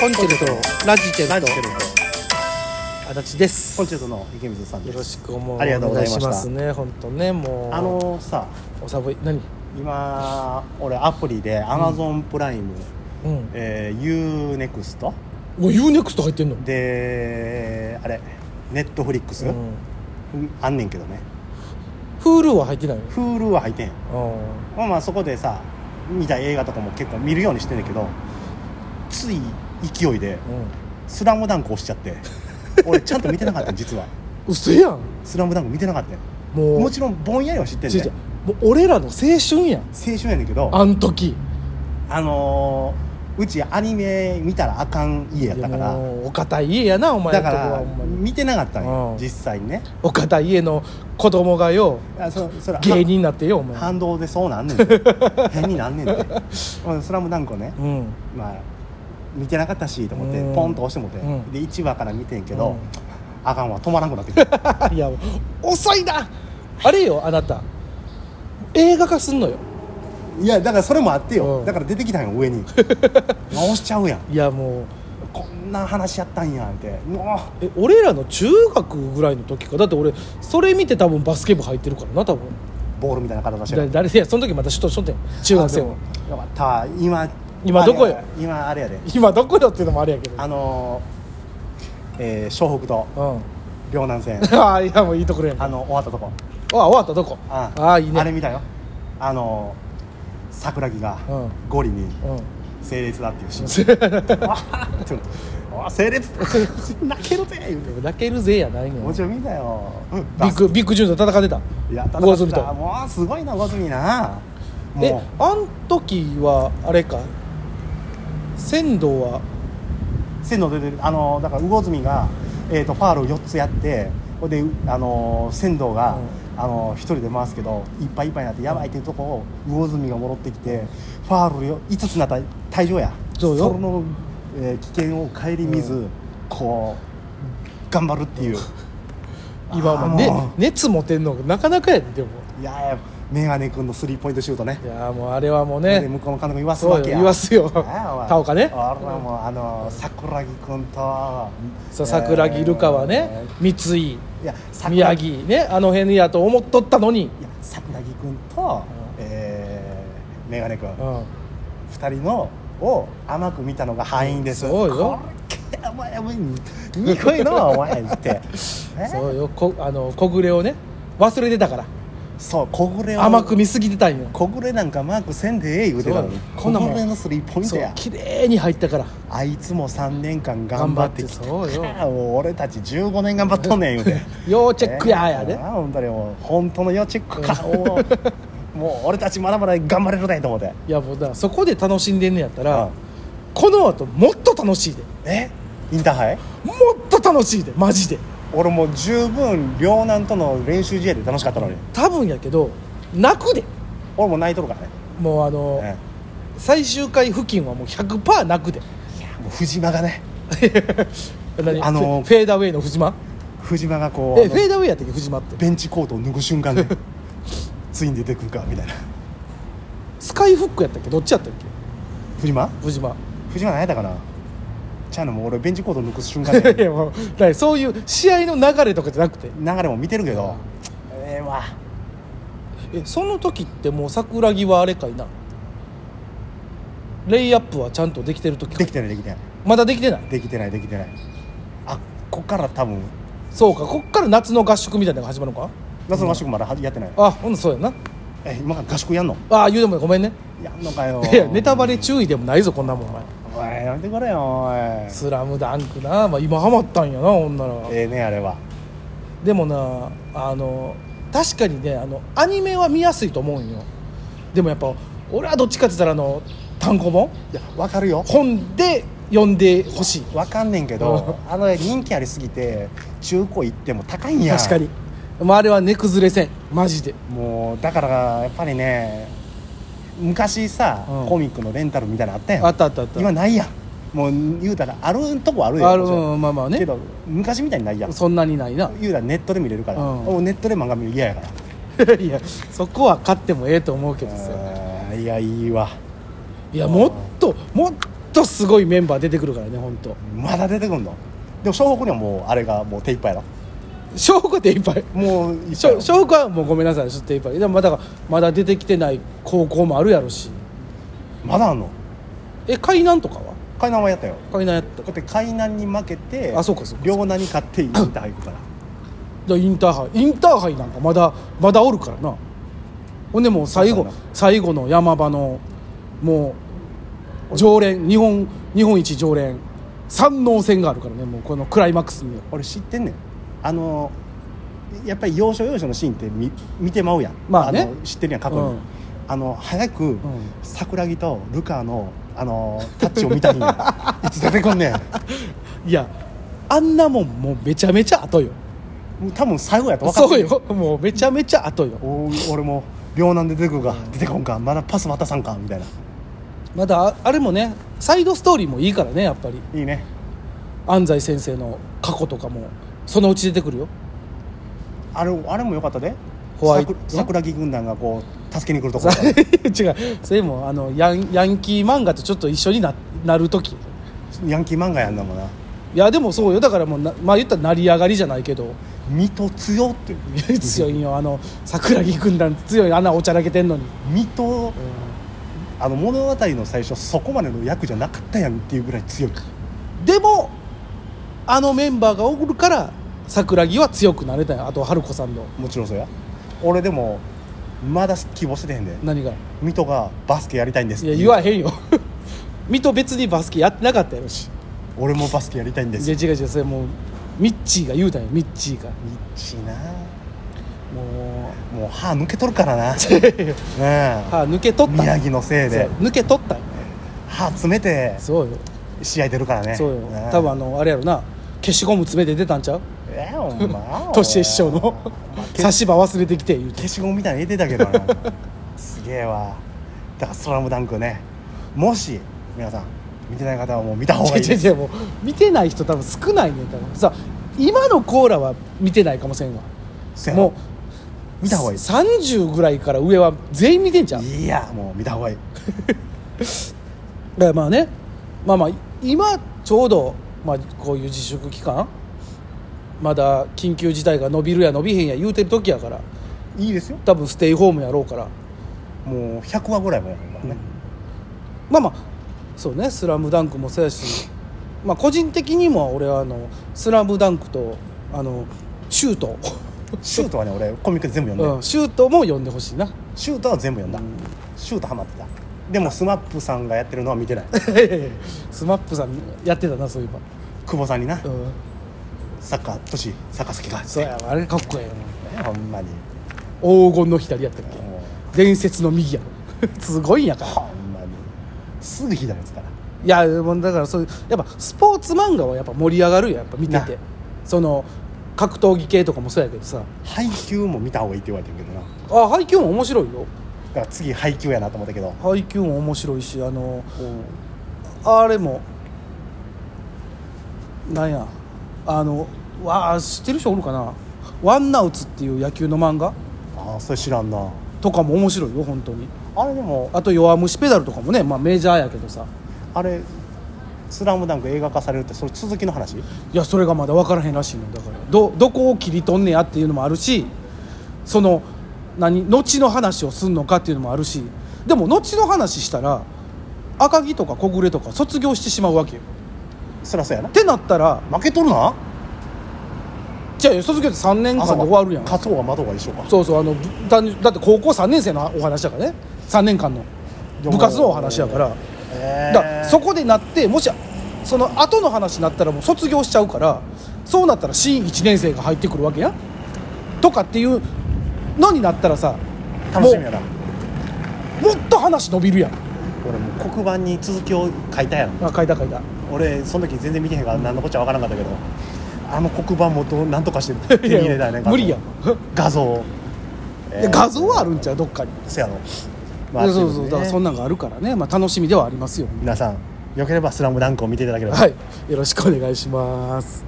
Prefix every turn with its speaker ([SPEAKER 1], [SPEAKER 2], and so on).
[SPEAKER 1] コンチェルトラジチェ
[SPEAKER 2] ラ
[SPEAKER 1] ル
[SPEAKER 2] ジ
[SPEAKER 1] ト
[SPEAKER 2] チェルト
[SPEAKER 1] 足立です
[SPEAKER 2] コンチ
[SPEAKER 1] よ
[SPEAKER 2] ェルトの池水さんです
[SPEAKER 1] ろしくもう
[SPEAKER 2] ありがとう
[SPEAKER 1] お
[SPEAKER 2] ござ
[SPEAKER 1] 願
[SPEAKER 2] い
[SPEAKER 1] い
[SPEAKER 2] ました
[SPEAKER 1] しますね本当ねもう
[SPEAKER 2] あのさ
[SPEAKER 1] おさぶい何
[SPEAKER 2] 今俺アプリで Amazon プライム、
[SPEAKER 1] うん
[SPEAKER 2] えー、UNEXT
[SPEAKER 1] お UNEXT 入ってんの
[SPEAKER 2] であれ Netflix、
[SPEAKER 1] うん
[SPEAKER 2] あんねんけどね
[SPEAKER 1] Hulu は入ってないの
[SPEAKER 2] Hulu は入ってんよ
[SPEAKER 1] あ
[SPEAKER 2] まあまあそこでさ見た映画とかも結構見るようにしてんだけどつい勢い
[SPEAKER 1] ー
[SPEAKER 2] で
[SPEAKER 1] うん
[SPEAKER 2] 「スラムダンク押しちゃって 俺ちゃんと見てなかった実は
[SPEAKER 1] 嘘やん
[SPEAKER 2] 「スラムダンク見てなかったよ
[SPEAKER 1] もう
[SPEAKER 2] もちろんぼんやりは知ってん
[SPEAKER 1] 違う
[SPEAKER 2] ね
[SPEAKER 1] 違うもう俺らの青春やん
[SPEAKER 2] 青春やねんけど
[SPEAKER 1] あん時
[SPEAKER 2] あのーうちアニメ見たらあかん家やったか
[SPEAKER 1] いや
[SPEAKER 2] ら
[SPEAKER 1] もうお堅い家やなお前
[SPEAKER 2] だ
[SPEAKER 1] のと
[SPEAKER 2] か
[SPEAKER 1] こは
[SPEAKER 2] ら
[SPEAKER 1] ほんまに
[SPEAKER 2] 見てなかったんよ
[SPEAKER 1] うん
[SPEAKER 2] 実際にね
[SPEAKER 1] お堅い家の子供がよ
[SPEAKER 2] あそそれ
[SPEAKER 1] 芸人になってよお前
[SPEAKER 2] 反動でそうなんねん て変になんねんてうんスラムダンクをね
[SPEAKER 1] うん
[SPEAKER 2] まあ見てなかったしと思って
[SPEAKER 1] うん
[SPEAKER 2] ポンと押してもって、
[SPEAKER 1] うん
[SPEAKER 2] で1話から見てんけ
[SPEAKER 1] う
[SPEAKER 2] ど、
[SPEAKER 1] ん
[SPEAKER 2] あかんわ止まらんくなってきた
[SPEAKER 1] いや遅いなあれよあなた映画化すんのよ
[SPEAKER 2] いやだからそれもあってよ、
[SPEAKER 1] うん
[SPEAKER 2] だから出てきたんよ上に 直しちゃうやん
[SPEAKER 1] いやもう
[SPEAKER 2] こんな話やったんやんっても
[SPEAKER 1] え俺らの中学ぐらいの時かだって俺それ見て多分バスケ部入ってるからな多分
[SPEAKER 2] うボールみたいな体して
[SPEAKER 1] だ誰いやその時またしとしとってん中学生
[SPEAKER 2] あ
[SPEAKER 1] は
[SPEAKER 2] でよかったわ今
[SPEAKER 1] 今どこよ
[SPEAKER 2] あれや今あれやで
[SPEAKER 1] 今どこよっていうのもあれやけど
[SPEAKER 2] あのーえー、湘北と
[SPEAKER 1] うん
[SPEAKER 2] 両南線
[SPEAKER 1] ああいやもういいところやんあ
[SPEAKER 2] あの終わったとこ
[SPEAKER 1] 終わったどこああいいね
[SPEAKER 2] あれ見たよあのー桜木が
[SPEAKER 1] うん
[SPEAKER 2] ゴリに
[SPEAKER 1] うん
[SPEAKER 2] 整列だっていう シーンわーって思ってあ整列 泣けるぜ言うて
[SPEAKER 1] 泣けるぜやないねん
[SPEAKER 2] もちろん見たよ、うん、
[SPEAKER 1] ビッグビッグジュンと戦ってた
[SPEAKER 2] いや
[SPEAKER 1] 魚住と
[SPEAKER 2] もうすごいな魚住な
[SPEAKER 1] え
[SPEAKER 2] も
[SPEAKER 1] あん時はあれか仙道は
[SPEAKER 2] う線路出てるあのだから魚住が、えー、とファールを4つやってほんであの仙道が、あの一人で回すけどいっぱいいっぱいになってやばいっていうとこを魚住が戻ってきてファールよ5つになった退場や
[SPEAKER 1] そうよ
[SPEAKER 2] その、えー危険を顧みず、
[SPEAKER 1] うん
[SPEAKER 2] こう頑張るっていう
[SPEAKER 1] 今
[SPEAKER 2] あー
[SPEAKER 1] もね
[SPEAKER 2] もう
[SPEAKER 1] 熱持てんのなかなかやででも
[SPEAKER 2] いやーメガネ君のスリーポイントシュートね
[SPEAKER 1] いやーもうあれはもう
[SPEAKER 2] で
[SPEAKER 1] ね
[SPEAKER 2] 向こうの監督言わす
[SPEAKER 1] そう
[SPEAKER 2] わ
[SPEAKER 1] よ
[SPEAKER 2] けや
[SPEAKER 1] 言わすよ
[SPEAKER 2] なんやおい
[SPEAKER 1] 田岡ね
[SPEAKER 2] 俺はもうあの桜木君と
[SPEAKER 1] そう桜木流川ね
[SPEAKER 2] え
[SPEAKER 1] 三井
[SPEAKER 2] ーいや桜
[SPEAKER 1] 宮
[SPEAKER 2] 木い
[SPEAKER 1] 城ねあの辺やと思っとったのに、
[SPEAKER 2] や桜木君と、えー、メガネ君
[SPEAKER 1] うん、
[SPEAKER 2] 二人のを甘く見たのが敗因です
[SPEAKER 1] そうよ
[SPEAKER 2] これお前もう憎いのお前ってえ
[SPEAKER 1] そうよこあの小暮をね忘れてたから
[SPEAKER 2] そう小暮を
[SPEAKER 1] 甘く見すぎてたんよ
[SPEAKER 2] 小暮なんかマークせんでええ言うてたの
[SPEAKER 1] そ
[SPEAKER 2] に
[SPEAKER 1] うこんなもん
[SPEAKER 2] 小暮のスリーポイント
[SPEAKER 1] そう
[SPEAKER 2] や
[SPEAKER 1] 綺麗に入ったから
[SPEAKER 2] あいつも3年間頑張ってきて
[SPEAKER 1] 頑張ってそうよ
[SPEAKER 2] ああ もう俺たち15年頑張っとんねん言うて
[SPEAKER 1] 要 チェックやーやで、
[SPEAKER 2] えーああ本当にもう本当のよチェックかもうもう俺たちまだまだ頑張れる ねと思って
[SPEAKER 1] いやもうだからそこで楽しんでんねやったら、
[SPEAKER 2] うん
[SPEAKER 1] この後もっと楽しいで
[SPEAKER 2] えインターハイ
[SPEAKER 1] もっと楽しいでマジで
[SPEAKER 2] 俺もう十分両南との練習試合で楽しかったのに
[SPEAKER 1] 多分やけど泣くで
[SPEAKER 2] 俺もう泣いとるからね
[SPEAKER 1] もうあの、
[SPEAKER 2] え
[SPEAKER 1] 最終回付近はもう100%泣くで
[SPEAKER 2] えもう藤間がね
[SPEAKER 1] 何
[SPEAKER 2] あのー
[SPEAKER 1] フェフェーダーウェイの藤間
[SPEAKER 2] 藤間がこう
[SPEAKER 1] え
[SPEAKER 2] あ
[SPEAKER 1] フ
[SPEAKER 2] の
[SPEAKER 1] ェーダーウェイやったっけ藤間って
[SPEAKER 2] ベンチコートを脱ぐ 瞬間でついに出てくるかみたいな
[SPEAKER 1] スカイフックやったっけどっちやったっけ
[SPEAKER 2] 藤間
[SPEAKER 1] 藤間
[SPEAKER 2] 藤間何やったかなちゃうのもう俺ベンチコート脱ぐ 瞬間で
[SPEAKER 1] いやもうだからそういう試合の流れとかじゃなくて
[SPEAKER 2] 流れも見てるけどええわ
[SPEAKER 1] えその時ってもう桜木はあれかいなレイアップはちゃんとできてる時か
[SPEAKER 2] できてないできてない
[SPEAKER 1] まだできてない
[SPEAKER 2] できてないできてないあこっから多分
[SPEAKER 1] そうかこっから夏の合宿みたいなのが始まるのか
[SPEAKER 2] 夏の合宿まだはやってない、
[SPEAKER 1] あほんとそうやな
[SPEAKER 2] え今から合宿やんの
[SPEAKER 1] ああ言うでもないごめんね
[SPEAKER 2] やんのかよ
[SPEAKER 1] いやネタバレ注意でもないぞこんなもんお前
[SPEAKER 2] おいやめてくれよおい
[SPEAKER 1] 「スラムダンクな、まあ、今ハマったんやなほんなら
[SPEAKER 2] ええねあれは
[SPEAKER 1] でもなあの確かにねあのアニメは見やすいと思うんよでもやっぱ俺はどっちかって言ったらあの単行本
[SPEAKER 2] いやわかるよ
[SPEAKER 1] 本で読んでほしい
[SPEAKER 2] わかんねんけどあの人気ありすぎて中古行っても高いんや
[SPEAKER 1] 確かに、まあ、あれは値崩れせんマジで
[SPEAKER 2] もうだからやっぱりね昔さ、
[SPEAKER 1] うん
[SPEAKER 2] コミックのレンタルみたいなのあったやん
[SPEAKER 1] あったあったあった
[SPEAKER 2] 今ないやんもう言うたらあるとこあるよ
[SPEAKER 1] ある
[SPEAKER 2] もちろん
[SPEAKER 1] うんまあまあね
[SPEAKER 2] けど昔みたいにないやん
[SPEAKER 1] そんなにないな
[SPEAKER 2] 言うたらネットで見れるから、
[SPEAKER 1] うん
[SPEAKER 2] もうネットで漫画見るの嫌やから
[SPEAKER 1] いやそこは買ってもええと思うけどさ
[SPEAKER 2] あーいやいいわ
[SPEAKER 1] いやもっともっとすごいメンバー出てくるからね本当
[SPEAKER 2] まだ出てくんのでも湘北にはもうあれがもう手いっぱいや
[SPEAKER 1] 証拠っていっぱい
[SPEAKER 2] ろもういっぱいや
[SPEAKER 1] 証
[SPEAKER 2] ろ
[SPEAKER 1] 拠はもうごめんなさいちょっといっぱいでもまだまだ出てきてない高校もあるやろし
[SPEAKER 2] まだあんの
[SPEAKER 1] え海南とかは
[SPEAKER 2] 海南はやったよ
[SPEAKER 1] 海南やった
[SPEAKER 2] だって海南に負けて
[SPEAKER 1] あそうかそうか
[SPEAKER 2] 両南に勝ってインターハイ行くから
[SPEAKER 1] だインターハイインターハイなんかまだまだおるからなほんでもう最
[SPEAKER 2] そ
[SPEAKER 1] 後
[SPEAKER 2] うそうそう
[SPEAKER 1] 最後の山場のもう常連日本日本一常連三能戦があるからねもうこのクライマックスに
[SPEAKER 2] 俺知ってんねんあのやっぱり要所要所のシーンって見見てまうやん、
[SPEAKER 1] まあね
[SPEAKER 2] の知ってるやん過去に、
[SPEAKER 1] うん
[SPEAKER 2] あの早く、
[SPEAKER 1] ん
[SPEAKER 2] 桜木とルカのあのタッチを見たい んやいつ出てこんねん
[SPEAKER 1] いやあんなもんもうめちゃめちゃ後よ
[SPEAKER 2] もう多分最後やと分かって
[SPEAKER 1] そう
[SPEAKER 2] る
[SPEAKER 1] よもうめちゃめちゃ後よ
[SPEAKER 2] おー俺も両南出てくるか出てこんかまだパス渡さんかみたいな
[SPEAKER 1] まだああれもねサイドストーリーもいいからねやっぱり
[SPEAKER 2] いいね
[SPEAKER 1] 安西先生の過去とかもそのうち出てくるよ
[SPEAKER 2] あれあれも良かったで
[SPEAKER 1] ホワイト
[SPEAKER 2] 桜桜木軍団がこう助けに来るとこ
[SPEAKER 1] さ
[SPEAKER 2] ろ
[SPEAKER 1] 違うそれもあのヤンヤンキー漫画とちょっと一緒にななる時
[SPEAKER 2] ヤンキー漫画やんだもんない
[SPEAKER 1] やでもそうよだからもうなまあ言ったら成り上がりじゃないけど
[SPEAKER 2] 水戸強っていう
[SPEAKER 1] 強いんよあの桜木軍団強い穴おちゃらけてんのに、
[SPEAKER 2] 水戸あの物語の最初そこまでの役じゃなかったやんっていうぐらい強い
[SPEAKER 1] でもあのメンバーがおるから桜木は強くなれたよあと春子さんの
[SPEAKER 2] もちろんそうや俺でもまだ希望しててへんで
[SPEAKER 1] 何が
[SPEAKER 2] 水戸がバスケやりたいんです
[SPEAKER 1] いや言わ
[SPEAKER 2] い
[SPEAKER 1] へんよ 水戸別にバスケやってなかったやろし
[SPEAKER 2] 俺もバスケやりたいんで
[SPEAKER 1] い
[SPEAKER 2] す
[SPEAKER 1] や
[SPEAKER 2] い
[SPEAKER 1] 違う違うそれもうミッチーが言うたんよミッチーが
[SPEAKER 2] ちな
[SPEAKER 1] も
[SPEAKER 2] もう歯抜けとるからなね
[SPEAKER 1] う
[SPEAKER 2] え
[SPEAKER 1] 歯抜け取った
[SPEAKER 2] 宮城のせい
[SPEAKER 1] そ
[SPEAKER 2] で
[SPEAKER 1] う抜け取ったんよ
[SPEAKER 2] 歯詰めて
[SPEAKER 1] そうよ
[SPEAKER 2] 試合出るからね
[SPEAKER 1] そうよ
[SPEAKER 2] ね
[SPEAKER 1] 多分あのあれやろな消しゴム詰めて出たんちゃう
[SPEAKER 2] ええお前
[SPEAKER 1] 年師匠の
[SPEAKER 2] まあけ
[SPEAKER 1] 差し歯忘れてきて言うて
[SPEAKER 2] 消しゴムみたいに入れてたけどな すげえわだから「スラムダンクねもし皆さん見てない方はもう見た方がいい
[SPEAKER 1] 違う
[SPEAKER 2] です
[SPEAKER 1] 違う違うもう見てない人多分少ないねん多分さ今のコーラは見てないかもしれんわ
[SPEAKER 2] せやろ
[SPEAKER 1] もう
[SPEAKER 2] 見た方がいいです
[SPEAKER 1] 30ぐらいから上は全員見てんじゃんだ
[SPEAKER 2] いやもう見た方がいい
[SPEAKER 1] からまあねまあまあ今ちょうど、まあ、こういう自粛期間まだ緊急事態が伸びるや伸びへんや言うてる時やから
[SPEAKER 2] いいですよ
[SPEAKER 1] 多分ステイホームやろうから
[SPEAKER 2] もう100話ぐらいもやるからね、
[SPEAKER 1] まあまあそうね「スラムダンクもそうやし、まあ、個人的にも俺はあの「スラムダンクとあのシュート、
[SPEAKER 2] シュートはね俺コミック全部読んだ、
[SPEAKER 1] うん、シュートも読んでほしいな い
[SPEAKER 2] シュートは全部読んだ、シュートハマってたでもスマップさんがやってるのは見てない
[SPEAKER 1] やいやいやスマップさんやってたなそういえ
[SPEAKER 2] 久保さんにな
[SPEAKER 1] ば、うん、
[SPEAKER 2] サッカー年サッカー好きかっつ
[SPEAKER 1] そう
[SPEAKER 2] って
[SPEAKER 1] やわあれかっこえ
[SPEAKER 2] ほんまに
[SPEAKER 1] えよな黄金の左やったっけ
[SPEAKER 2] もう
[SPEAKER 1] 伝説の右や ろすごいんやから
[SPEAKER 2] ほんまにすぐ左打つから
[SPEAKER 1] いやもうだからそういうやっぱスポーツ漫画はやっぱ盛り上がるよやっぱ見てて
[SPEAKER 2] な
[SPEAKER 1] その格闘技系とかもそうやけどさ
[SPEAKER 2] 配給も見た方がいいって言われてるけどな
[SPEAKER 1] あ配球も面白いよ
[SPEAKER 2] だから次配給やなと思ったけど
[SPEAKER 1] 配球も面白いしあのあれもなんやあのわあ知ってる人おるかな「ワンナウツ」っていう野球の漫画
[SPEAKER 2] ああそれ知らんな
[SPEAKER 1] とかも面白いよ本当に
[SPEAKER 2] あれでもあ
[SPEAKER 1] あと「弱虫ペダル」とかもね、まあ、メジャーやけどさ
[SPEAKER 2] あれ「スラムダンク映画化されるってそれ続きの話
[SPEAKER 1] いやそれがまだ分からへんらしいのだからどどこを切り取んねやっていうのもあるしその何後の話をすんのかっていうのもあるしでも後の話したら赤城とか小暮とか卒業してしまうわけよ
[SPEAKER 2] そりゃそうやな
[SPEAKER 1] ってなったら
[SPEAKER 2] 負けとるな
[SPEAKER 1] じゃあ卒業って3年間で終わるやん
[SPEAKER 2] 加藤は窓が一緒か
[SPEAKER 1] そうそうあのぶだだって高校3年生のお話だからね3年間の部活のお話やから
[SPEAKER 2] え
[SPEAKER 1] だ
[SPEAKER 2] ー
[SPEAKER 1] からそこでなってもしその後の話になったらもう卒業しちゃうからそうなったら新1年生が入ってくるわけやんとかっていうのになったらさ
[SPEAKER 2] 楽しみやな
[SPEAKER 1] もうもっと話伸びるやん
[SPEAKER 2] 俺もう黒板に続きを書いたやん
[SPEAKER 1] あ書いた書いた
[SPEAKER 2] 俺その時全然見てへんから何のこっちゃ分からんかったけどあの黒板もどうなんとかして手に入れ たいね
[SPEAKER 1] いや無理やん
[SPEAKER 2] 画像、
[SPEAKER 1] いや画像はあるん
[SPEAKER 2] ゃ
[SPEAKER 1] ちゃうどっかに、
[SPEAKER 2] そうやろ、
[SPEAKER 1] いやそうそうだからそん
[SPEAKER 2] な
[SPEAKER 1] なんがあるからね、まあ、楽しみではありますよ
[SPEAKER 2] 皆さんよければ「スラムダンクを見ていただければ
[SPEAKER 1] はいよろしくお願いします